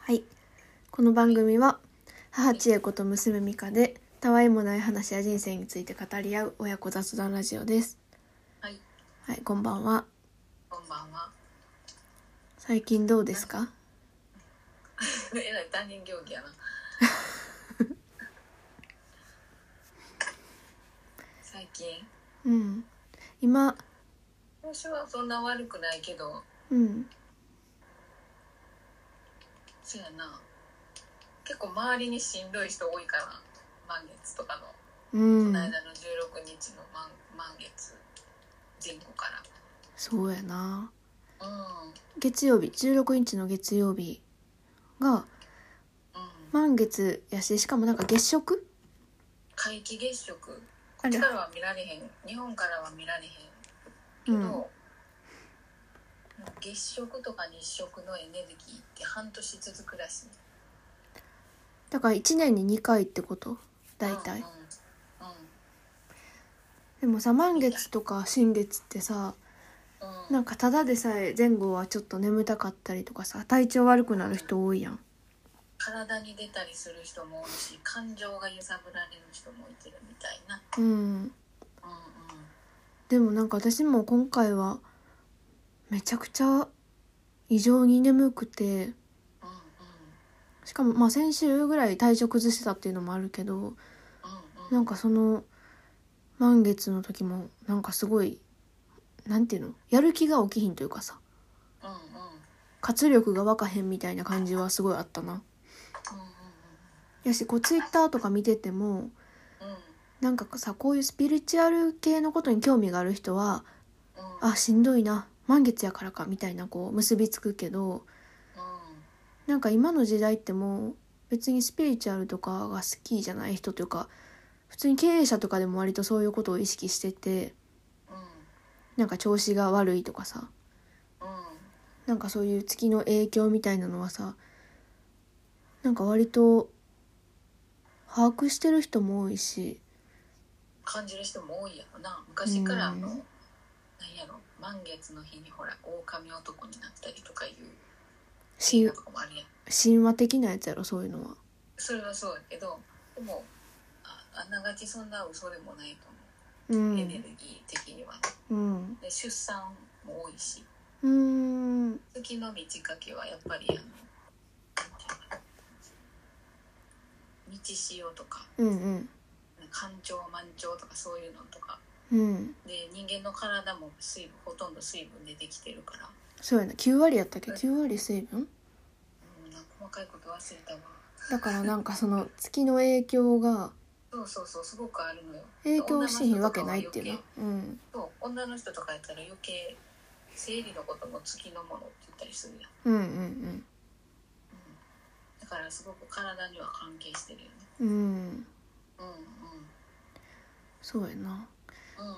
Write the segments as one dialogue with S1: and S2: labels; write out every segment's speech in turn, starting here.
S1: はいこの番組は母千恵子と娘美香でたわいもない話や人生について語り合う親子雑談ラジオです
S2: はい、
S1: はいこんばんは
S2: こんばんは。
S1: 最近どうですか
S2: えらい他人行儀やな。 最近
S1: うん今
S2: 調子はそんな悪くないけど、
S1: うん
S2: そやな。結構周りにしんどい人多いから、満月とかの、
S1: う
S2: こ
S1: ん
S2: の間の16日の満満月前後か
S1: そうやな
S2: ら。うん、
S1: 月曜日16日の月曜日が
S2: うん。
S1: 満月やししかもなんか月食
S2: 皆既月食。
S1: あ
S2: こっ
S1: れ
S2: ちからは見られへん。日本からは見られへん。け
S1: うん
S2: ど、月食とか日食のエネルギーって半年続くらしい
S1: だから1年に2回ってこと大体
S2: うん
S1: でもさ満月とか新月ってさ
S2: うんうん
S1: なんかただでさえ前後はちょっと眠たかったりとかさ体調悪くなる人多いやん
S2: 体に出たりする人も多いし感情が揺さぶられる人もいてるみたいな
S1: うん
S2: うんうん
S1: でもなんか私も今回はめちゃくちゃ異常に眠くて
S2: うんうん
S1: しかもまあ先週ぐらい体調崩してたっていうのもあるけど
S2: うんうん
S1: なんかその満月の時もなんかすごいなんていうのやる気が起きひんというかさ
S2: うんうん
S1: 活力が湧かへんみたいな感じはすごいあったな。
S2: う
S1: やしこうツイッターとか見てても
S2: んうんうん
S1: なんかさこういうスピリチュアル系のことに興味がある人は
S2: うん
S1: あしんどいな満月やからかみたいなこう結びつくけど
S2: うん
S1: なんか今の時代ってもう別にスピリチュアルとかが好きじゃない人というか普通に経営者とかでも割とそういうことを意識しててなんか調子が悪いとかさ
S2: う
S1: なんかそういう月の影響みたいなのはさなんか割と把握してる人も多いし
S2: ん感じる人も多いやろな昔からあの、
S1: うん
S2: なんやろ満月の日にほら狼男になったりとかいう映
S1: し
S2: 画とかもあるやん
S1: 神話的なやつやろそういうのは。
S2: それはそうだけどでもああながちそんな嘘でもないと
S1: う
S2: 思う、エネル
S1: ん、
S2: ギー的には
S1: うん、
S2: で出産も多いし
S1: うーん
S2: 月の満ち欠けはやっぱりあのなんていうのかな満ち潮とか
S1: うん
S2: 干潮満潮とかそういうのとか
S1: うんうん
S2: で人間の体も水分ほとんど水分でできてるから、
S1: そうやな9割やったっけ9割水分
S2: うん、なんか細かいこと忘れたわ
S1: だからなんかその月の影響が
S2: そうそうそうすごくあるのよ
S1: 影響しひんわけないっていうなうん
S2: そう女の人とかやったら余計生理のことも月のものって言ったりするやん
S1: うんうん
S2: だからすごく体には関係してるよね。
S1: うんうん
S2: うん
S1: そうやな
S2: うん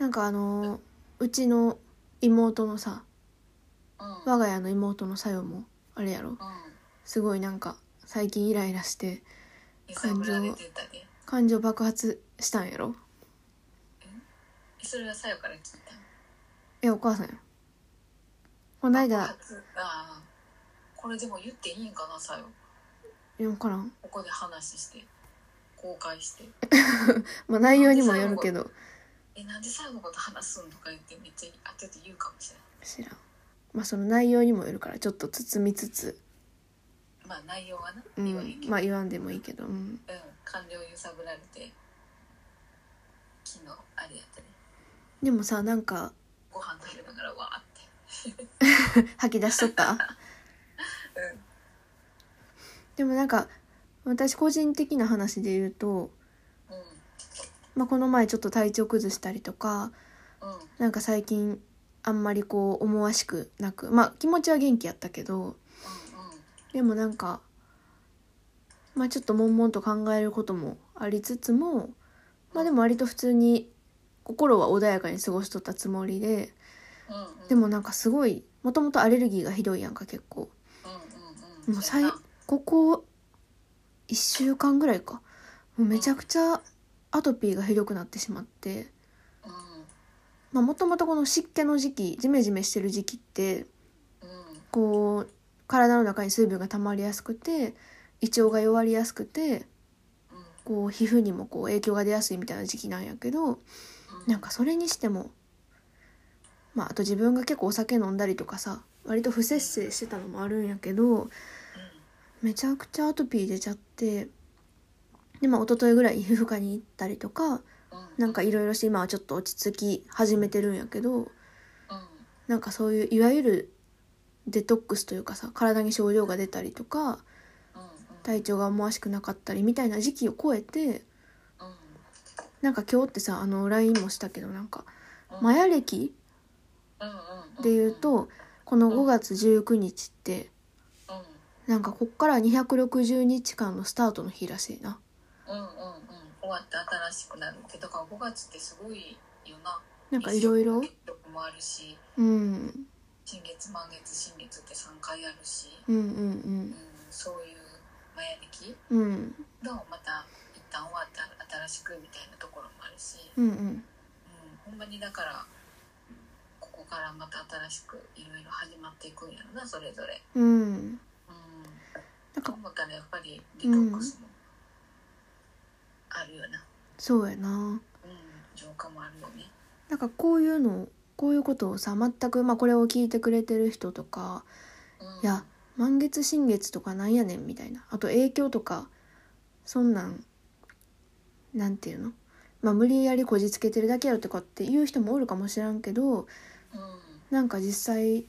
S1: なんかあのーうちの妹のさ
S2: うんうん
S1: 我が家の妹のさよもあれやろ
S2: うん。
S1: すごいなんか最近イライラして
S2: 揺さぶられてたで。
S1: 感情爆発したんやろ
S2: それはさよから聞いた。
S1: えお母さんやろこないだ
S2: 初ああこれでも言っていいんかなさよ。
S1: 分からん
S2: ここで話して公開して。
S1: まあ内容にもよるけど
S2: えなんでさよのこと話すんとか言ってめっちゃ後で言うかもしれない。
S1: 知らんまあその内容にもよるからちょっと包みつつ、
S2: まあ内容はな
S1: う
S2: 言わへん
S1: ん
S2: け、ど。
S1: まあ言わんでもいいけど、うん、
S2: うん感情揺さぶられて昨日あれやったね。
S1: でもさなんか
S2: ご飯食べながらわーって。
S1: 吐き出しとった
S2: うん
S1: でもなんか私個人的な話で言うと、
S2: う
S1: まあ、この前ちょっと体調崩したりとか
S2: んうん。
S1: なんか最近あんまりこう思わしくなくまあ気持ちは元気やったけど
S2: う
S1: でもなんかまあちょっと悶々と考えることもありつつもまあでも割と普通に心は穏やかに過ごしとったつもりで
S2: んうんうんうん
S1: でもなんかすごいもともとアレルギーがひどいやんか結構
S2: うんうん
S1: もう最ここ1週間ぐらいかもうめちゃくちゃアトピーがひどくなってしまって
S2: うん
S1: まあもともとこの湿気の時期ジメジメしてる時期って
S2: うん
S1: こう体の中に水分が溜まりやすくて胃腸が弱りやすくて
S2: うん
S1: こう皮膚にもこう影響が出やすいみたいな時期なんやけど
S2: う
S1: なんかそれにしてもまああと自分が結構お酒飲んだりとかさ割と不節制してたのもあるんやけどめちゃくちゃアトピー出ちゃってでまあ一昨日ぐらい皮膚科に行ったりとか
S2: う
S1: なんかいろいろして今はちょっと落ち着き始めてるんやけど
S2: うん
S1: なんかそういういわゆるデトックスというかさ体に症状が出たりとか
S2: うん
S1: 体調が思わしくなかったりみたいな時期を超えて
S2: うん
S1: なんか今日ってさあの LINE もしたけどなんか
S2: うん
S1: マヤ歴
S2: うんうんうん
S1: で言うとこの5月19日って
S2: うん
S1: なんかこっから260日間のスタートの日らしいな
S2: うんうんうん終わって新しくなるってだから5月ってすごいよな
S1: なんかいろいろ
S2: 月食もあるし
S1: うん
S2: 新月満月新月って3回あるし、
S1: うんう
S2: うん
S1: ん、
S2: そういうマヤ暦
S1: うんうん
S2: のまた一旦終わって新しくみたいなところもあるし、
S1: うんうん
S2: うん、ほんまにだからここからまた新しくいろいろ始まっていくんやろなそれぞれ。
S1: うん
S2: うん
S1: なん
S2: と
S1: か
S2: 思ったらやっぱりデトックスもあるよな、
S1: そうやな
S2: うん、浄化もあるよね。
S1: なんかこういうのこういうことをさ全くまあこれを聞いてくれてる人とか
S2: うん、
S1: いや満月新月とかなんやねんみたいなあと影響とかそんなんなんていうの、まあ、無理やりこじつけてるだけやろとかっていう人もおるかもしらんけど
S2: うん、うん、
S1: なんか実際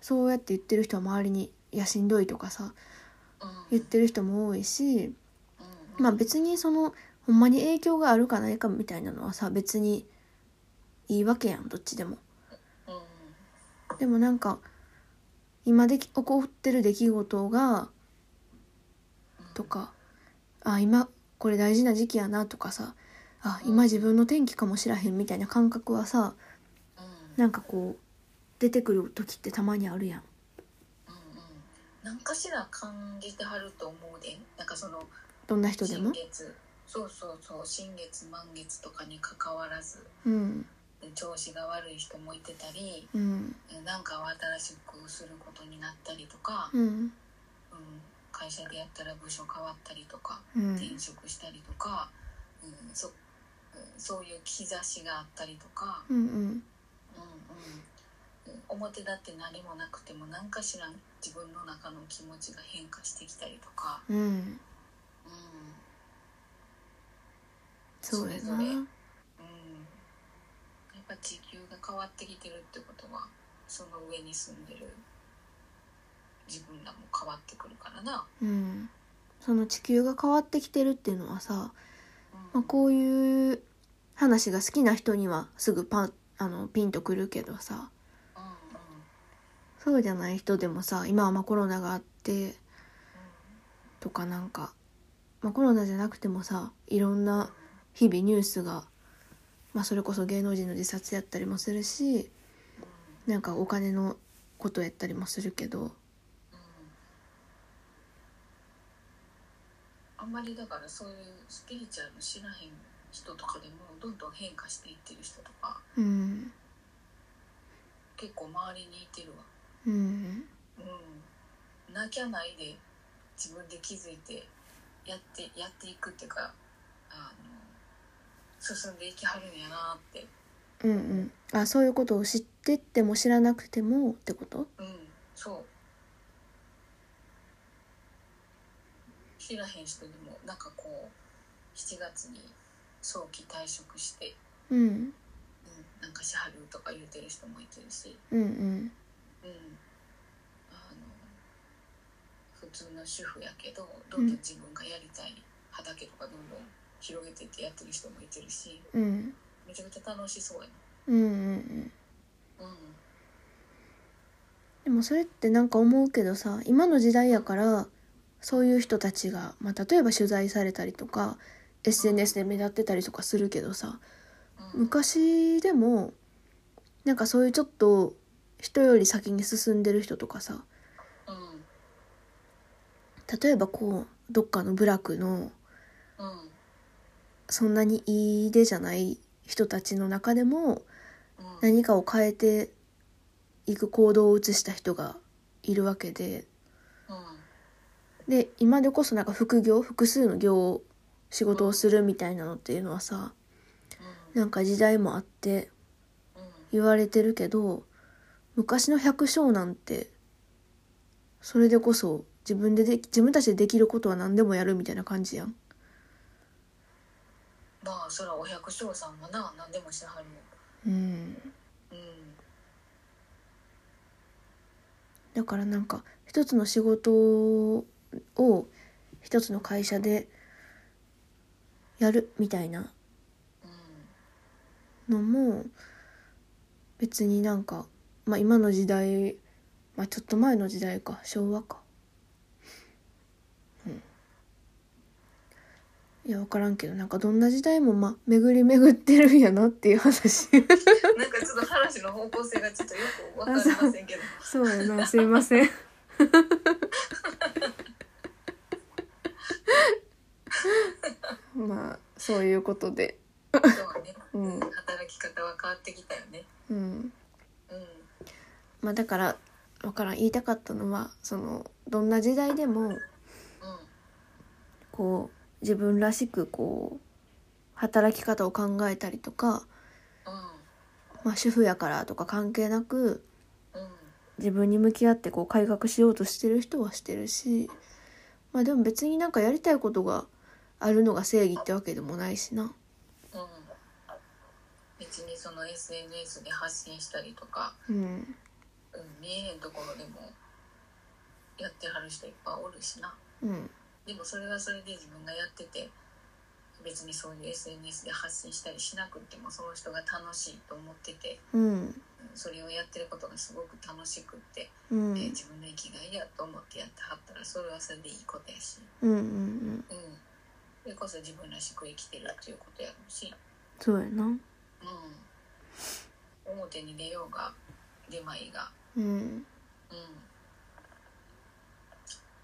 S1: そうやって言ってる人は周りに「いやしんどい」とかさ言ってる人も多いし
S2: うん、
S1: まあ別にそのほんまに影響があるかないかみたいなのはさ別にいいわけやんどっちでも。
S2: うん、
S1: でもなんか今でき起こってる出来事がとかあ今これ大事な時期やなとかさあ今自分の天気かもしらへんみたいな感覚はさ
S2: うん、
S1: なんかこう出てくる時ってたまにあるやん。
S2: うん、うん、なんかしら感じてはると思うで、なんかその
S1: どんな人で
S2: 新
S1: も。
S2: 月、そうそうそう、新月満月とかに関わらず
S1: うん
S2: 調子が悪い人もいてたり、
S1: うん
S2: なんかを新しくすることになったりとか、
S1: うん
S2: うん、会社でやったら部署変わったりとか。
S1: うん
S2: 転職したりとか、うんそうんそういう兆しがあったりとか、
S1: うんうん
S2: うんうんうん、表立って何もなくても何かしら自分の中の気持ちが変化してきたりとか、
S1: うん
S2: うん
S1: そうや
S2: それぞ
S1: な。
S2: うん、やっぱ地球が変わってきてるってことはその上に住んでる自分らも変わってくるからな。
S1: うんその地球が変わってきてるっていうのはさ、
S2: う
S1: まあ、
S2: ん
S1: こういう話が好きな人にはすぐパンあのピンとくるけどさ
S2: うんうん
S1: そうじゃない人でもさ今はまあコロナがあってとかなんか、まあ、コロナじゃなくてもさいろんな日々ニュースが、まあ、それこそ芸能人の自殺やったりもするしなんかお金のことやったりもするけど
S2: うんあんまりだからそういうスピリチュアルの知らへん人とかでもどんどん変化していってる人とか
S1: うん
S2: 結構周りにいてるわ
S1: うん
S2: うんなきゃないで自分で気づいてやってやっていくっていうかあの進んでいきはるんやなって
S1: うんうんあそういうことを知ってっても知らなくてもってこと
S2: うんそう知らへん人でもなんかこう7月に早期退職して
S1: うん
S2: うん、なんかしはるとか言うてる人もいてるし、
S1: うんうん
S2: うん、あの普通の主婦やけどどんどん自分がやりたい畑とかどんどん広げてってやってる人もいてるし
S1: うん
S2: めちゃめちゃ楽しそうや
S1: うんうんうん
S2: な、うん、
S1: でもそれってなんか思うけどさ今の時代やからそういう人たちが、まあ、例えば取材されたりとか SNS で目立ってたりとかするけどさ
S2: うん、
S1: 昔でもなんかそういうちょっと人より先に進んでる人とかさ
S2: うん、
S1: 例えばこうどっかの部落の
S2: うん、うん、
S1: そんなにいいでじゃない人たちの中でも
S2: うん、
S1: 何かを変えていく行動を移した人がいるわけで
S2: う
S1: で今でこそなんか副業複数の業を仕事をするみたいなのっていうのはさ
S2: ん
S1: なんか時代もあって
S2: うんうん
S1: 言われてるけど昔の百姓なんてそれでこそ自分ででき自分たちでできることは何でもやるみたいな感じやん
S2: まあそらお百姓さんはな何でもしてはるも
S1: う
S2: ん
S1: ん
S2: うん
S1: だからなんか一つの仕事を一つの会社でやるみたいな
S2: うん
S1: のも別になんか、まあ、今の時代、まあ、ちょっと前の時代か昭和かうんいや分からんけどなんかどんな時代もまあ巡り巡ってるんやなっていう話
S2: なんかちょっと話の方向性がちょっとよくわかりませんけど
S1: そうやなすいません まあそういうことで
S2: そうはね
S1: うん
S2: 働き方は変わってきたよね
S1: うん
S2: うん
S1: まあだから分からん言いたかったのはそのどんな時代でも
S2: うん
S1: こう自分らしくこう働き方を考えたりとか、まあ、主婦やからとか関係なく
S2: うんうん
S1: 自分に向き合ってこう改革しようとしてる人はしてるし、まあ、でも別になんかやりたいことがあるのが正義ってわけでもないしな。
S2: うん別にその SNS で発信したりとか、
S1: うん
S2: うん、見えへんところでもやってはる人いっぱいおるしな
S1: うん
S2: でもそれはそれで自分がやってて別にそういう SNS で発信したりしなくてもその人が楽しいと思ってて
S1: うん
S2: うんそれをやってることがすごく楽しくって、
S1: う
S2: え
S1: ん
S2: ー自分の生きがいやと思ってやってはったらそれはそれでいいことやし、
S1: うんうん
S2: うん、それこそ自分らしく生きてるっていうことやろうし。
S1: そうやな
S2: うん、表に出ようが出まいが、
S1: うん
S2: うん、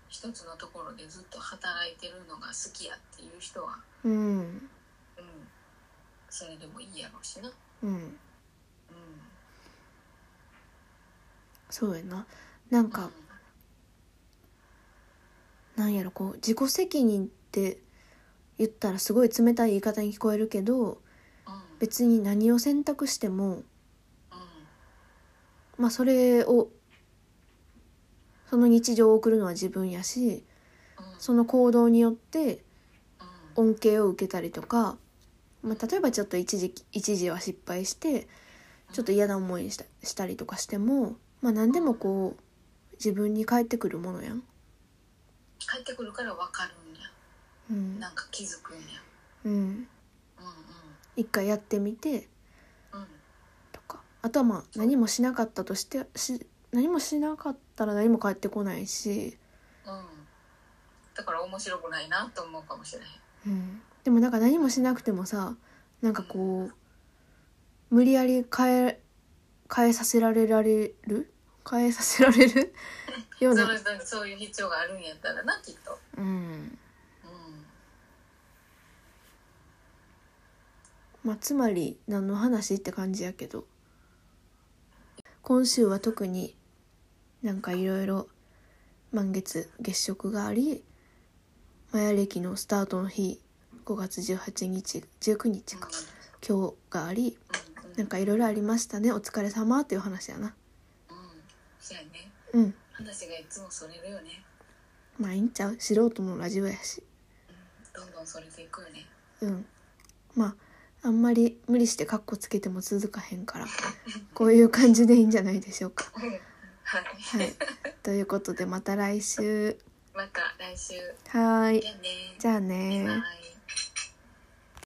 S2: 一つのところでずっと働いてるのが好きやっていう人は、
S1: うん
S2: うん、それでもいいやろうしな、うん、
S1: うんそうやななんかなんやろこう自己責任って言ったらすごい冷たい言い方に聞こえるけど
S2: うんうん
S1: 別に何を選択しても、
S2: うん
S1: まあ、それをその日常を送るのは自分やし
S2: うん
S1: その行動によって
S2: うん
S1: 恩恵を受けたりとか、まあ、例えばちょっと一時一時は失敗してちょっと嫌な思いしたしたりとかしても、まあ、何でもこう自分に返ってくるものやん。
S2: 帰ってくるから分かるんや
S1: うん
S2: なんか気づくんや
S1: うん、
S2: うん
S1: 一回やってみて
S2: うんうん
S1: とかあとはまあ何もしなかったとしてし何もしなかったら何も返ってこないし、
S2: うんだから面白くないなと思うかもしれへん
S1: でもなんか何もしなくてもさなんかこう無理やり変え変えさせられられる変えさせられるよう
S2: その
S1: な、
S2: 人にそういう必要があるんやったらなきっと
S1: うん
S2: うん
S1: まあ、つまり何の話って感じやけど今週は特になんかいろいろ満月月食がありマヤ暦のスタートの日5月18日19日か今日があり
S2: うんうん
S1: なんかいろいろありましたねお疲れ様っていう話やな
S2: うんそうやね
S1: うん
S2: 話がいつもそれるよね
S1: まあいいんちゃう素人のラジオやし
S2: どんどんそれていくよね
S1: うんまああんまり無理してカッコつけても続かへんからこういう感じでいいんじゃないでしょうか
S2: はい、
S1: はい。ということでまた来週。
S2: また来週
S1: はーい。
S2: やね
S1: じゃあ
S2: バイ
S1: ね
S2: バ
S1: ー。
S2: イ